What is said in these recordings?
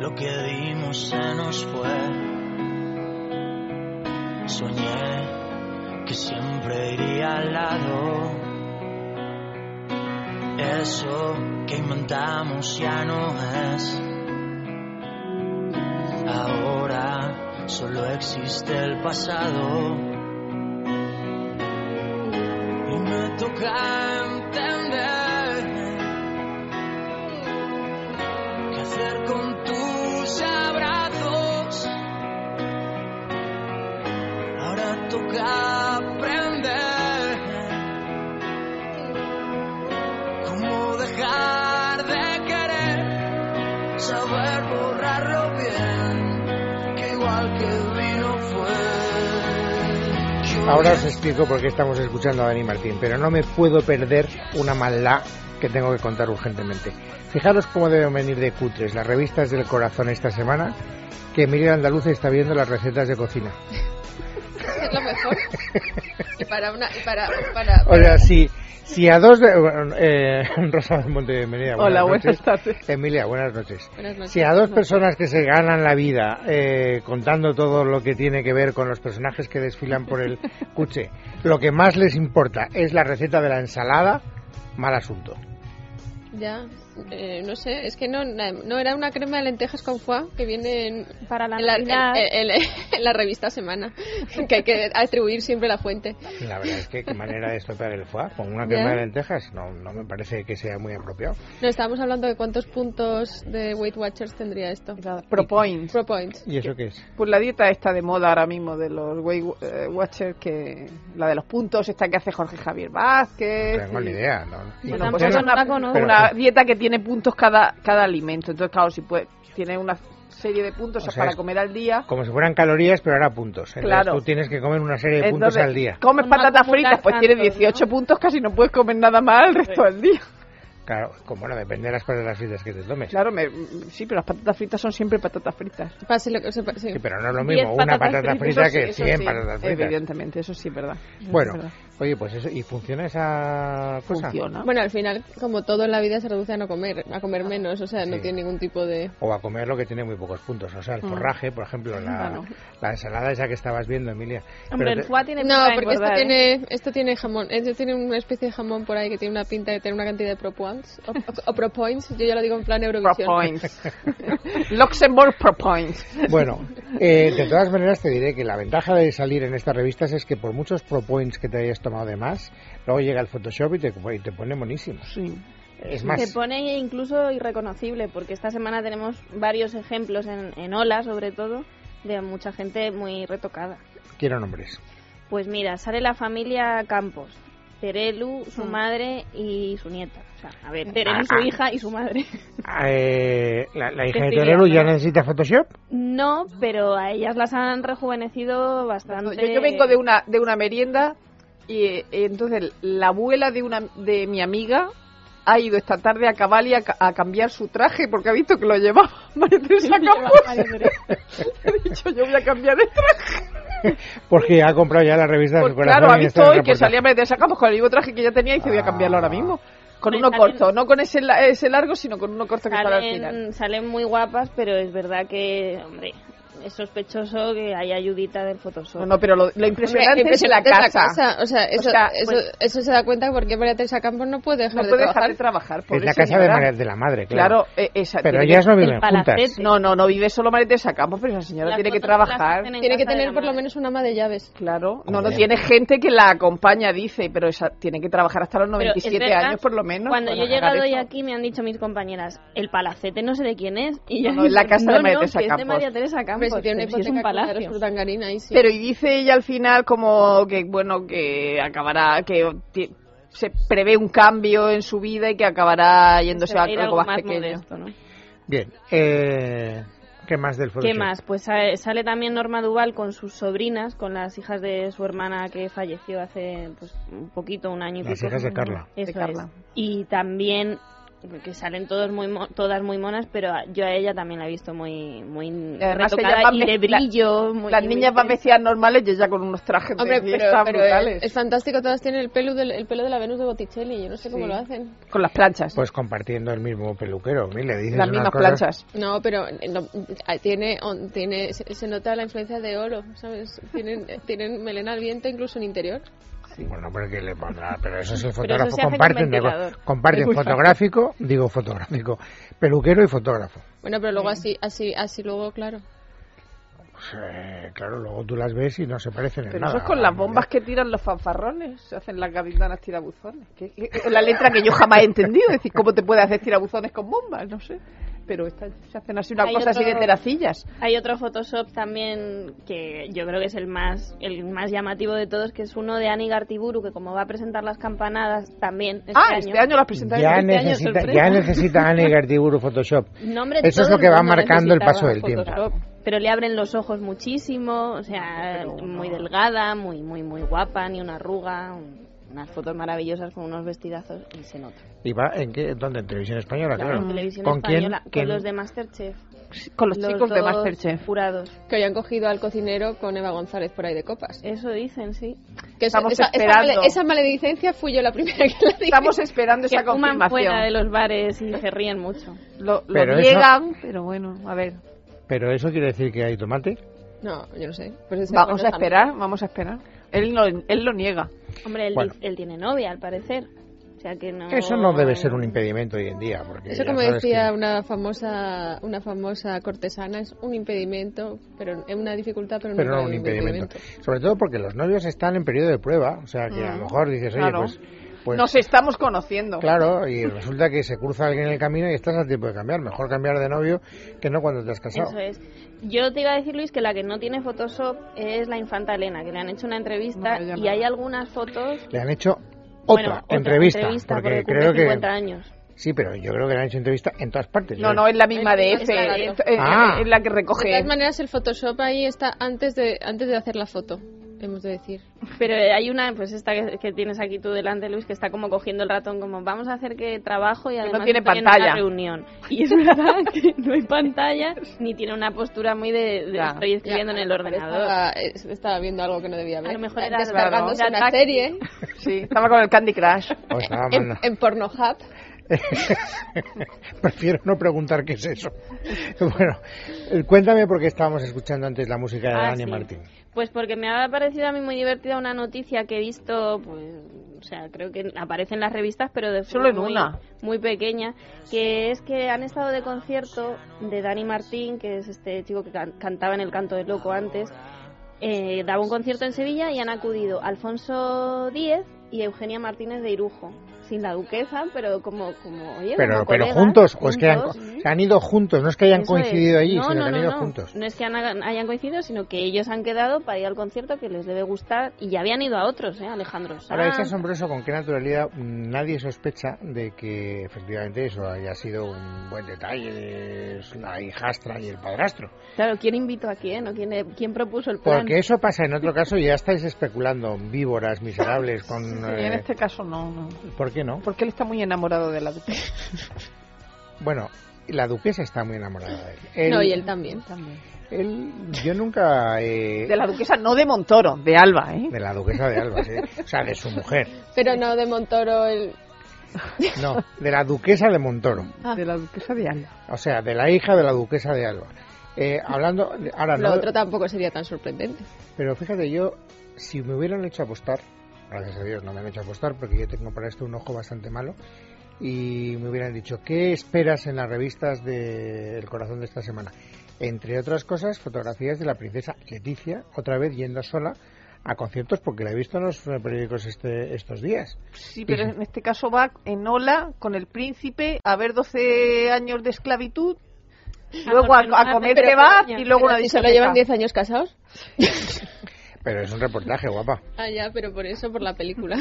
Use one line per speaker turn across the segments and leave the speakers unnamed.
Lo que dimos se nos fue. Soñé que siempre iría al lado. Eso que inventamos ya no es. Ahora solo existe el pasado. Y me toca entender qué hacer con tus abrazos. Ahora toca aprender cómo dejar de querer, saber borrarlo bien, que igual que vino fue.
Ahora os explico por qué estamos escuchando a Dani Martín, pero no me puedo perder una maldad que tengo que contar urgentemente. Fijaros cómo deben venir de cutres las revistas del corazón esta semana, que Miguel Andaluz está viendo las recetas de cocina.
es lo mejor. Y para una. Y para, para,
O sea, si, si a dos de. eh, Rosa del Monte, bienvenida.
Hola, buenas
noches.
tardes.
Emilia, buenas noches.
Buenas noches.
Si a dos personas que se ganan la vida eh, contando todo lo que tiene que ver con los personajes que desfilan por el cuche, lo que más les importa es la receta de la ensalada, mal asunto.
Ya, eh, no sé, es que no, na- no era una crema de lentejas con foie que viene en,
Para la
en la,
Navidad.
en- eh, en- en la revista Semana, que hay que atribuir siempre la fuente.
La verdad es que qué manera de estropear el foie con una crema
Ya.
de lentejas no, no me parece que sea muy apropiado.
No, estábamos hablando de cuántos puntos de Weight Watchers tendría esto.
Propoints.
Pro points.
¿Y eso qué es?
Pues la dieta está de moda ahora mismo de los Weight Watchers, que la de los puntos, esta que hace Jorge Javier Vázquez.
Tengo ni
y-
idea. ¿no? Y
Yo
Eh,
funciona.
Bueno, pues es
tampoco
una,
la conozco.
una dieta que tiene puntos cada, cada alimento. Entonces, claro, si puede, tiene una serie de puntos
O sea,
para
es-
comer al día.
Como si fueran calorías, pero ahora puntos. Entonces
Claro.
tú tienes que comer una serie de puntos
Entonces,
al día.
comes
No
patatas
acumular
fritas, pues tienes
tantos,
18
¿no?
puntos, casi no puedes comer nada más el resto del día.
Claro, como, bueno, depende de las cosas de las fritas que te tomes.
Claro, me- sí, pero las patatas fritas son siempre patatas fritas.
Pase lo que se pase.
Sí, pero no es lo
Diez
mismo una
patatas
patata
fritas.
frita
Eso sí,
que
eso
100
sí,
patatas fritas.
Evidentemente, eso sí es verdad. Eso es
Bueno, pues
verdad.
oye, pues eso, ¿y funciona esa cosa?
funciona.
Bueno, al final, como todo en la vida, se reduce a no comer, a comer menos, o sea, no
Sí.
tiene ningún tipo de...
O a comer lo que tiene muy pocos puntos. O sea,
Mm.
el forraje, por ejemplo, la,
Claro.
la ensalada esa que estabas viendo, Emilia.
Hombre,
Pero
el
te-
foie tiene
No,
pinta de
porque esto
engordar, ¿eh?
tiene, esto tiene jamón, esto tiene una especie de jamón por ahí que tiene una pinta de tener una cantidad de pro points, o, o- o pro points, yo ya lo digo en plan Eurovisión.
Propoints. Luxembourg Propoints.
Bueno, eh, de todas maneras te diré que la ventaja de salir en estas revistas es que por muchos pro points que te hayas tomado de más, luego llega el Photoshop y te, y te pone monísimos.
Sí.
Es
Se
más,
pone incluso irreconocible, porque esta semana tenemos varios ejemplos en, en Ola, sobre todo, de mucha gente muy retocada.
quiero nombres.
Pues mira, sale la familia Campos. Terelu, su
Mm.
madre y su nieta. O sea, a ver, Terelu, su hija y su madre.
Eh, la, la hija de
estoy
Torero ya
liando.
necesita Photoshop.
No, pero a ellas las han rejuvenecido
Yo,
bastante.
yo vengo de una, de una merienda y, eh, entonces la abuela de, una, de mi amiga ha ido esta tarde a Cavalli a, ca- a cambiar su traje porque ha visto que lo llevaba María Teresa Campos. He dicho, yo voy a cambiar el traje.
Porque ha comprado ya la revista
Pues
del corazón.
claro, ha
y
visto
está en
hoy que
reportaje.
salía María Teresa Campos con el mismo traje que ya tenía y dice, voy a cambiarlo ahora
Ah.
mismo. Con
Pues
uno
salen-
corto, no con ese, la- ese largo, sino con uno corto que sale al final.
Salen, salen muy guapas, pero es verdad que, hombre, es sospechoso que haya ayudita del Photoshop.
No, no, pero lo, lo impresionante,
Hombre, impresionante
es la
es la
casa.
casa, O sea, eso,
sea,
eso,
pues-
eso se da cuenta porque María Teresa Campos no puede dejar
No
de
puede
trabajar.
dejar de trabajar.
Es la
pobre
casa de,
señora.
María- de la madre, claro.
Claro, eh, esa.
Pero
tiene que-
ellas no viven
el
juntas.
palacete.
No, no, no vive solo María Teresa Campos, pero esa señora
Las
tiene que
fotos las
trabajar.
hacen en
Tiene que
casa de
tener
la
por lo
madre.
menos una ama de llaves.
Claro, no, no
Hombre.
tiene gente que la acompaña, dice, pero esa tiene que trabajar hasta los
Pero es
97
verdad,
años por lo menos.
Cuando
para
yo he
ganar
llegado hoy
eso.
aquí me han dicho mis compañeras, el palacete no sé de quién es. Y yo
No, no, es la
digo,
casa de
"No,
María
no,
Teresa
que es de
Campos".
María Teresa
Hombre,
Campos.
si tiene una
pero si es un
hipoteca con Eros
palacio.
Urdangarina, ahí sí.
Pero y dice ella al final como que, bueno, que acabará, que ti- se prevé un cambio en su vida y que acabará yéndose a
Era
algo más, pequeño.
modesto, ¿no?
Bien. Eh, ¿Qué más del Photoshop?
¿Qué más? Pues sa- sale también Norma Duval con sus sobrinas, con las hijas de su hermana que falleció hace pues, un poquito, un año y
Las
pico.
hijas de Carla.
Eso
De Carla.
es. Y también porque salen todos muy mo- todas muy monas, pero a- yo a ella también la he visto muy muy
además ella
retocada
va
y de
mezcla-
brillo. muy-
Las
muy
niñas van
diferente.
vestidas normales y ella con unos trajes
Hombre,
de
pero,
fiesta
pero eh,
brutales.
es, es fantástico, todas tienen el pelo, del, el pelo de la Venus de Botticelli, yo no sé cómo
Sí.
lo hacen.
Con las planchas,
Pues compartiendo el mismo peluquero, mira, le dices
las
unas
mismas
cosas-
planchas.
No, pero eh, no, eh, tiene, on- tiene se, se nota la influencia de Oro, ¿sabes? Tienen, eh, tienen melena al viento incluso en interior.
Bueno, pero que le pondrá- pero eso es el
Pero eso
fotógrafo
se hace con
comparten, de-
ventilador. pues.
comparten fotográfico, digo fotográfico, peluquero y fotógrafo.
Bueno, pero luego así, así, así luego, claro.
Pues, eh, claro, luego tú las ves y no se parecen en
Pero
nada.
eso es con las bombas que tiran los fanfarrones, se hacen las gavilanas tirabuzones. Que- que- que- La letra que yo jamás he entendido, es decir, ¿cómo te puedes hacer tirabuzones con bombas? No sé. Pero estas se hacen así una
Hay
cosa así de
otro-
teracillas.
Hay otro Photoshop también que yo creo que es el más el más llamativo de todos, que es uno de Ani Gartiburu, que como va a presentar las campanadas también este
ah,
año.
este año las presentan
Ya
este año,
necesita,
sorpresa.
ya necesita Anne Gartiburu Photoshop.
Nombre
Eso es
todo
lo que
el
va
mundo
marcando el
necesitaba
paso del tiempo.
Photoshop. Pero le abren los ojos muchísimo, o
Ah,
sea,
Pero no.
muy delgada, muy muy muy guapa, ni una arruga, un- unas fotos maravillosas con unos vestidazos y se nota.
¿Y va en qué? ¿Dónde? ¿En televisión española?
Claro,
Ah, Claro.
en televisión
¿Con
española,
quién? quién-
con los de Masterchef.
Con los, chicos de
dos
Masterchef.
jurados.
Que hayan cogido al cocinero con Eva González por ahí de copas. Eh,
Eso dicen, sí.
Que esa-
Estamos
esa, esa
esperando.
male- esa maledicencia fui yo la primera que la dije.
Estamos e- esperando
Que
esa
fuman fuera de
confirmación.
los bares y se ríen mucho.
Lo, lo
Pero eso-
niegan, pero bueno, a ver.
Pero eso quiere decir que hay tomate.
No, yo no sé. Pues ese-
Vamos
bueno,
a
también.
esperar, vamos a esperar. Él, no, él lo niega.
Hombre, él,
Bueno.
dice- él tiene novia, al parecer. O sea que no...
Eso no debe ser un impedimento hoy en día. Porque
Eso
ya
como
sabes
decía
que-
una famosa una famosa cortesana es un impedimento, pero es una dificultad, pero,
Pero
nunca
no un
un
impedimento. Sobre todo porque los novios están en periodo de prueba. O sea, que a lo mejor dices, oye,
claro.
pues, pues-
Nos estamos conociendo.
Claro, y resulta que se cruza alguien en el camino y estás a tiempo de cambiar. Mejor cambiar de novio que no cuando te has casado.
Eso es. Yo te iba a decir, Luis, que la que no tiene Photoshop es la infanta Elena, que le han hecho una entrevista
No, ella no.
y hay algunas fotos...
Le han hecho
bueno,
otra, entrevista,
porque,
porque,
cumple
creo que
50 años.
sí, pero yo creo que le han hecho entrevista en todas partes. ¿eh?
No, no, es la misma de
Es
F.
la de-
Es, es-
Ah.
es la que
De
recoge.
todas maneras el Photoshop ahí está antes de antes de hacer la foto, hemos de decir.
Pero hay una, pues esta que, que tienes aquí tú delante, Luis, que está como cogiendo el ratón, como vamos a hacer que trabajo y además
tiene
estoy en
pantalla.
una reunión. Y es verdad que no hay pantalla ni tiene una postura muy de, de
Ya.
estoy escribiendo en el ordenador.
Estaba, es- estaba viendo algo que no debía ver.
A lo mejor era-
descargándose
claro.
una
Era
serie
Sí, estaba con el Candy Crush.
O sea,
en,
mano,
en Pornhub.
prefiero no preguntar qué es eso. bueno, eh, cuéntame por qué estábamos escuchando antes la música de
Ah,
Dani
sí.
Martín.
Pues porque me ha parecido a mí muy divertida una noticia que he visto, pues, o sea, creo que aparece en las revistas, pero de
Solo
forma
en
muy,
una.
muy pequeña, que es que han estado de concierto de Dani Martín, que es este chico que can- cantaba en el canto del loco antes, eh, daba un concierto en Sevilla y han acudido Alfonso Díez y Eugenia Martínez de Irujo, sin la duquesa, pero como, como oye,
Pero,
como
pero
colegas,
juntos, o es que han,
juntos.
se han ido juntos, no es que hayan
Eso
coincidido
es.
allí,
No,
sino
no,
que han
no,
ido
no.
juntos.
No es que han- hayan coincidido, sino que ellos han quedado para ir al concierto que les debe gustar y ya habían ido a otros, ¿eh? Alejandro Sanz.
Ahora es asombroso con qué naturalidad mm, nadie sospecha de que efectivamente eso haya sido un buen detalle de la hijastra y el padrastro.
Claro, ¿quién invitó a quién? ¿O quién, eh, quién propuso el plan? Ah,
Porque eso pasa en otro caso y ya estáis especulando, víboras miserables, con...
Y en
eh,
este caso no, no.
¿Por qué no?
Porque él está muy enamorado de la duquesa
Bueno, la duquesa está muy enamorada de él. Él-
No, y él también.
también.
él- yo nunca... eh,
De la duquesa, no de Montoro, de Alba, ¿eh?
de la duquesa de Alba, sí. o sea, de su mujer.
Pero no de Montoro el
No, de la duquesa de Montoro.
De la duquesa de Alba.
O sea, de la hija de la duquesa de Alba. Eh, hablando, ahora
lo
no,
otro tampoco sería tan sorprendente.
Pero fíjate, yo, si me hubieran hecho apostar, gracias a Dios no me han hecho apostar porque yo tengo para esto un ojo bastante malo, y me hubieran dicho, ¿qué esperas en las revistas del corazón de esta semana? Entre otras cosas, fotografías de la princesa Leticia, otra vez yendo sola a conciertos porque la he visto en los periódicos este, estos días.
Sí, pero en este caso va en ola con el príncipe a ver 12 años de esclavitud,
Ah,
luego a, a comer
Pero-
kebab y luego
Pero
una
si solo
discoteca.
llevan 10 años casados.
Pero es un reportaje, guapa.
Ah, ya, pero por eso, por la película.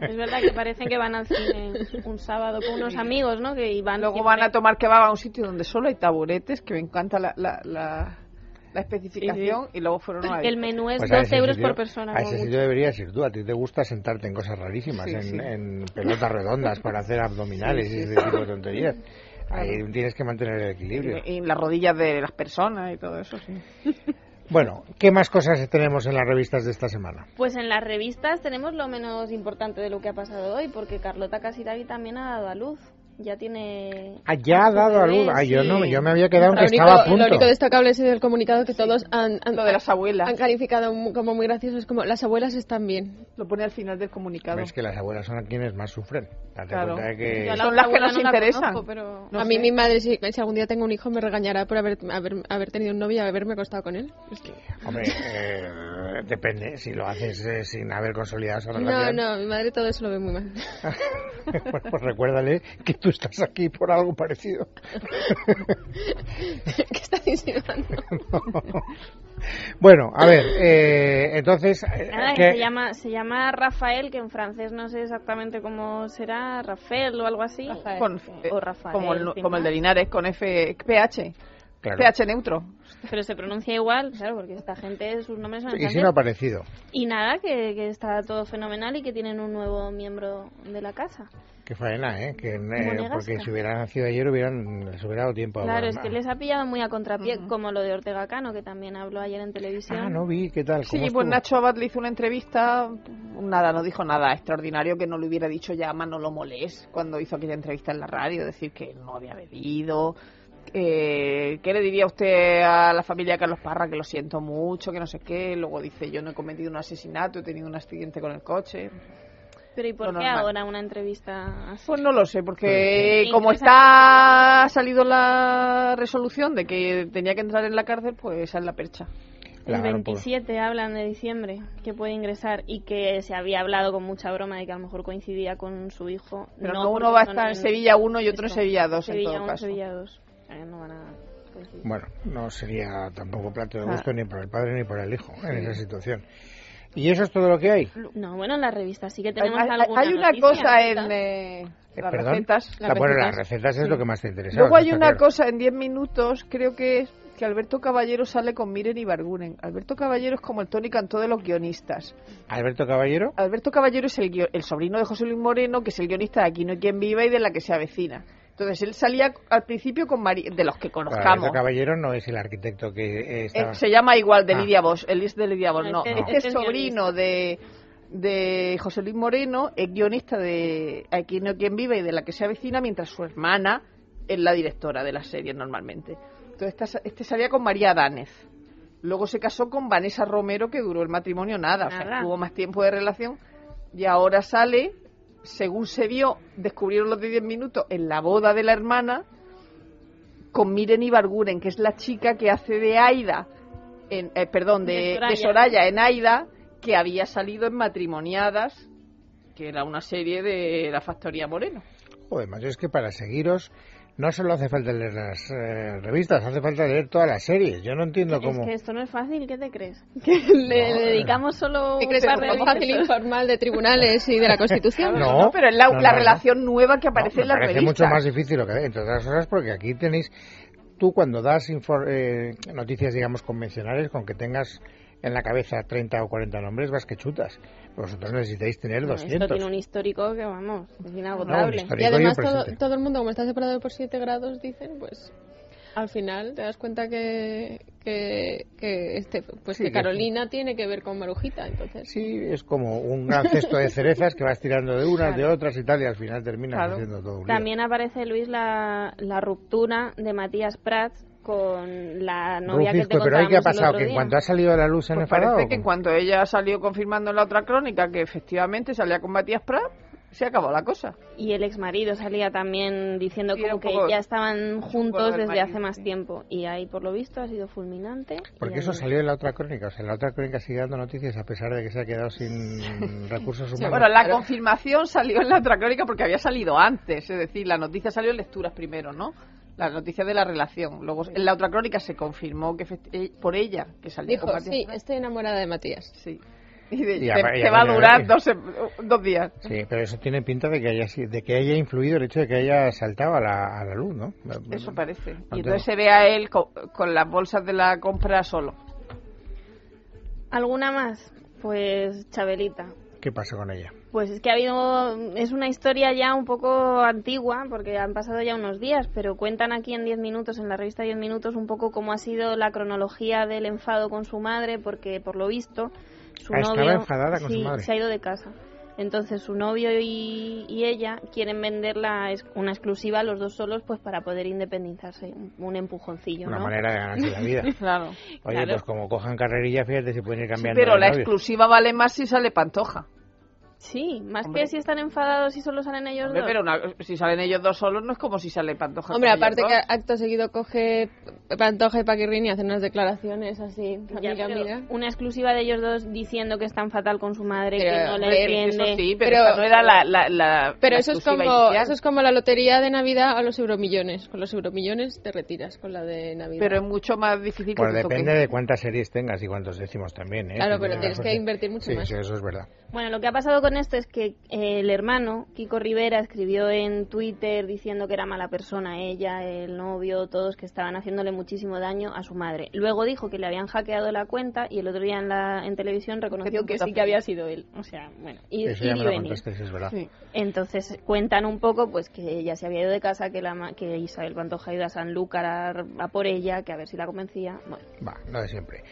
Es verdad que parecen que van al cine un sábado con unos amigos, ¿no? Que y van
Luego
siempre-
van a tomar kebab a un sitio donde solo hay taburetes, que me encanta la, la, la- la especificación y luego fueron a la
El
discoteca.
menú es
Pues a
12
ese
euros
sitio-
por persona.
A
como
ese
mucho.
sitio deberías ir tú. A ti te gusta sentarte en cosas rarísimas,
Sí,
en,
sí.
en pelotas redondas para hacer abdominales y ese tipo de tonterías. Ahí tienes que mantener el equilibrio.
Y, y las rodillas de las personas y todo eso, sí.
Bueno, ¿qué más cosas tenemos en las revistas de esta semana?
Pues en las revistas tenemos lo menos importante de lo que ha pasado hoy, porque Carlota Casiraghi también ha dado a luz. Ya tiene.
Ah, ya ha dado a luz. Ah, yo, no, yo me había quedado en
Lo
que
único,
estaba a
lo
punto.
único destacable es el comunicado que todos han, han-
Lo de las abuelas.
han calificado mu- como muy gracioso. Es como, las abuelas están bien.
Lo pone al final del comunicado.
Es que las abuelas son quienes más sufren. Date
Claro.
cuenta de que...
Yo a la
Son las que
abuela
nos
no la
interesan.
conozco, pero-
No
a mí
sé.
mi madre, si, si algún día tengo un hijo, me regañará por haber, haber, haber tenido un novio y haberme acostado con él. Es que-
Hombre, eh, depende. Si lo haces eh, sin haber consolidado esa
No,
relación,
no, mi madre todo eso lo ve muy mal.
pues, pues recuérdale que tú estás aquí por algo parecido.
¿Qué estás insinuando?
Bueno, a ver, eh, entonces... eh,
Nada, que
¿qué-
se llama, se llama Rafael, que en francés no sé exactamente cómo será, Rafael o algo así.
Con- eh,
o Rafael.
como, el,
sin
como el de
más.
Linares con F, PH.
Claro.
PH neutro.
Pero se pronuncia igual, claro, porque esta gente, sus nombres son en
Y si
francés.
no ha parecido.
Y nada, que, que está todo fenomenal y que tienen un nuevo miembro de la casa.
Qué faena, ¿eh? Que, eh,
Monegasca.
porque si hubieran nacido ayer hubieran, les hubiera dado
Pues
tiempo. a-
Claro, es que les ha pillado muy a contrapié, como lo de Ortega Cano, que también habló ayer en televisión.
Ah, no vi, ¿qué tal?
Sí,
¿Cómo
pues
estuvo?
Nacho Abad le hizo una entrevista, nada, no dijo nada extraordinario que no le hubiera dicho ya a Manolo Molés cuando hizo aquella entrevista en la radio, decir que no había bebido. eh, ¿Qué le diría usted a la familia de Carlos Parra? Que lo siento mucho, que no sé qué. Luego dice, yo no he cometido un asesinato, he tenido un accidente con el coche.
Pero ¿y por
Lo
qué
normal.
ahora una entrevista así?
Pues no lo sé, porque
Sí. pues
como
Interesa-
está ha salido la resolución de que tenía que entrar en la cárcel, pues esa es la percha.
El
Claro, pues.
27 hablan de diciembre que puede ingresar y que se había hablado con mucha broma de que a lo mejor coincidía con su hijo.
Pero no,
porque
uno va a
son
estar en Sevilla 1 y otro en
Eso,
Sevilla 2 en
Sevilla
todo
uno,
caso.
Sevilla 2. O sea, que no van a coincidir.
Bueno, no sería tampoco plato de
Ah.
gusto ni por el padre ni por el hijo en esa situación. ¿Y eso es todo lo que hay?
No, bueno, en la revista sí que tenemos
hay, hay-
alguna
hay una
noticia.
cosa en eh,
Eh,
las
¿Perdón?
recetas.
La- bueno, las
recetas.
recetas es lo que más te interesa.
Luego hay
está
una
claro.
cosa en 10 minutos, creo que es que Alberto Caballero sale con Miren y Bargunen. Alberto Caballero es como el Tony Cantó de los guionistas.
Alberto Caballero,
Alberto Caballero es el, guio- el sobrino de José Luis Moreno, que es el guionista de Aquí no hay quien viva y de la que se avecina. Entonces él salía al principio con Mari- de los que conozcamos.
Alberto Caballero no es el arquitecto que eh, estaba...
Eh, se llama igual de
Ah.
Lidia Bosch, el es de Lidia Bosch,
No,
no.
este-
Este,
este es
es sobrino de, de José Luis Moreno, es guionista de Aquí no hay quien vive y de la que se avecina, mientras su hermana es la directora de la serie normalmente. Entonces esta sa- este salía con María Danez. Luego se casó con Vanessa Romero, que duró el matrimonio nada, o sea,
Nada.
tuvo más tiempo de relación. Y ahora sale, según se vio, descubrieron los de 10 minutos en la boda de la hermana, con Miren Ibarguren, que es la chica que hace de Aida, en, eh, perdón, de,
De
de
Soraya.
Soraya. en Aida, que había salido en Matrimoniadas, que era una serie de la Factoría Moreno.
Joder, macho, es que para seguiros no solo hace falta leer las eh, revistas, hace falta leer todas las series. Yo no entiendo cómo...
Es que esto no es fácil, ¿qué te crees? eh. Que le,
No.
le dedicamos solo
¿Qué
un
crees?
par
Porque
de
es fácil
revistas?
informal de tribunales y de la Constitución.
No.
pero es la,
no,
la
no,
relación nueva que aparece
No,
en
me
la
parece
revista.
mucho más difícil, lo que, entre otras cosas, porque aquí tenéis, tú cuando das infor- eh, noticias, digamos, convencionales, con que tengas en la cabeza 30 o 40 nombres, vas que chutas. Vosotros necesitáis tener
No, Esto
200.
tiene un histórico que, vamos, es
No, un
inagotable.
histórico
Y además
un
todo,
presente.
todo el mundo, como está separado por 7 grados, dicen, pues al final te das cuenta que, que, que este, pues
Sí,
que
que-
Carolina tiene que ver con Marujita, entonces.
Sí, es como un gran cesto de cerezas que vas tirando de unas, de otras y tal, y al final terminas
Claro.
haciendo todo un lío.
También aparece, Luis, la, la ruptura de Matías Prats con la novia que
Rufisco,
te
pues, pero ahí qué ha
contábamos el
pasado,
otro
que en
día.
cuanto ha salido a la luz se han
Pues
enfadado.
parece que en
¿o cómo?
cuanto ella salió confirmando en la otra crónica que efectivamente salía con Matías Prat, se acabó la cosa.
Y el exmarido salía también diciendo
Sí, era
como
un poco-
que ya estaban juntos
del
desde
marido,
hace más
sí.
tiempo. Y ahí, por lo visto, ha sido fulminante. y
Porque
ahí-
eso salió en la otra crónica, o sea, en la otra crónica sigue dando noticias a pesar de que se ha quedado sin recursos humanos.
Bueno, la confirmación salió en la otra crónica porque había salido antes, es decir, la noticia salió en lecturas primero, ¿no? La noticia de la relación. Luego en la otra crónica se confirmó que efect- eh, por ella que salió
Dijo,
con Matías
sí,
Prats.
estoy enamorada de Matías.
Sí. Y de-
Y
te,
ama- y
te va a
ama-
durar dos, se- dos días.
Sí, pero eso tiene pinta de que haya si- de que haya influido el hecho de que haya saltado a la, a la luz, ¿no?
Eso parece.
Ah,
Y
claro.
entonces se ve a él co- con, las bolsas de la compra solo.
¿Alguna más? Pues Chabelita.
¿Qué pasó con ella?
Pues es que ha habido, es una historia ya un poco antigua, porque han pasado ya unos días, pero cuentan aquí en 10 minutos, en la revista 10 minutos, un poco cómo ha sido la cronología del enfado con su madre, porque por lo visto su
Ah, estaba
novio
enfadada con su
Sí,
madre.
se ha ido de casa. Entonces su novio y, y ella quieren venderla es- una exclusiva los dos solos, pues para poder independizarse, un, un empujoncillo,
Una
¿no?
manera de ganarse la vida.
Claro.
Oye,
Claro.
pues como cojan carrerilla, fíjate si pueden ir cambiando
pero
de
la
novio.
exclusiva vale más si sale Pantoja.
Sí, más
Hombre.
que si están enfadados y solo salen ellos
Hombre,
dos.
pero una- si salen ellos dos solos no es como si sale Pantoja.
Hombre,
con ellos
aparte
dos.
que acto seguido coge Pantoja y Paquirrin y hacen unas declaraciones así,
Ya,
amiga,
pero
amiga.
Una exclusiva de ellos dos diciendo que están fatal con su madre, que
Pero,
no la
hombre,
Sí,
entiende.
Eso sí, pero,
Pero-
esta no era la, la, la-
Pero
la
eso es,
exclusiva
como,
inicial.
eso es como la lotería de Navidad o los euromillones. Con los euromillones te retiras con la de Navidad.
Pero es mucho más difícil
Pues
que te toque.
depende de cuántas series tengas y cuántos décimos también, ¿eh?
Claro,
Porque
pero
una
tienes que
cosa-
invertir mucho
Sí,
más.
sí, eso es verdad.
Bueno, lo que ha pasado con esto es que eh, el hermano, Kiko Rivera, escribió en Twitter diciendo que era mala persona ella, el novio, todos que estaban haciéndole muchísimo daño a su madre. Luego dijo que le habían hackeado la cuenta y el otro día en, la, en televisión reconoció que sí que había sido él. O sea, bueno, y,
eso ya
ir y
me lo
venir.
contaste, sí, es verdad.
Sí.
Entonces cuentan un poco pues que ella se había ido de casa, que, la, ma- que Isabel Pantoja iba a Sanlúcar a, a por ella, que a ver si la convencía. Bueno,
Va, lo de siempre.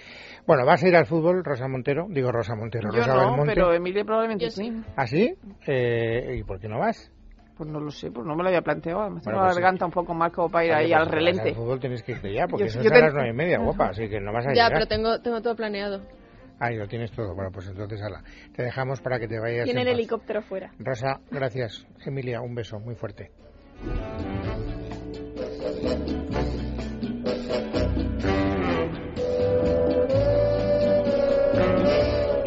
Bueno, ¿vas a ir al fútbol, Rosa Montero? Digo Rosa Montero,
Yo
Rosa
no,
Belmonte.
pero Emilia probablemente
Yo
sí.
¿Ah, sí? Eh, ¿Y por qué no vas?
Pues no lo sé, pues no me lo había planteado. Además,
Bueno,
tengo la
pues sí.
garganta un poco más como para ir
Oye,
ahí
pues
al
si vas
relente.
Al fútbol tienes que irte ya, porque
Yo-
eso
yo
es a
te-
las nueve y media, guapa, así que no vas a
ya,
llegar.
pero tengo, tengo todo planeado.
Ahí lo tienes todo. Bueno, pues entonces, ala, te dejamos para que te vayas
tiene
en
el
paz.
helicóptero fuera.
Rosa, gracias. Emilia, un beso muy fuerte.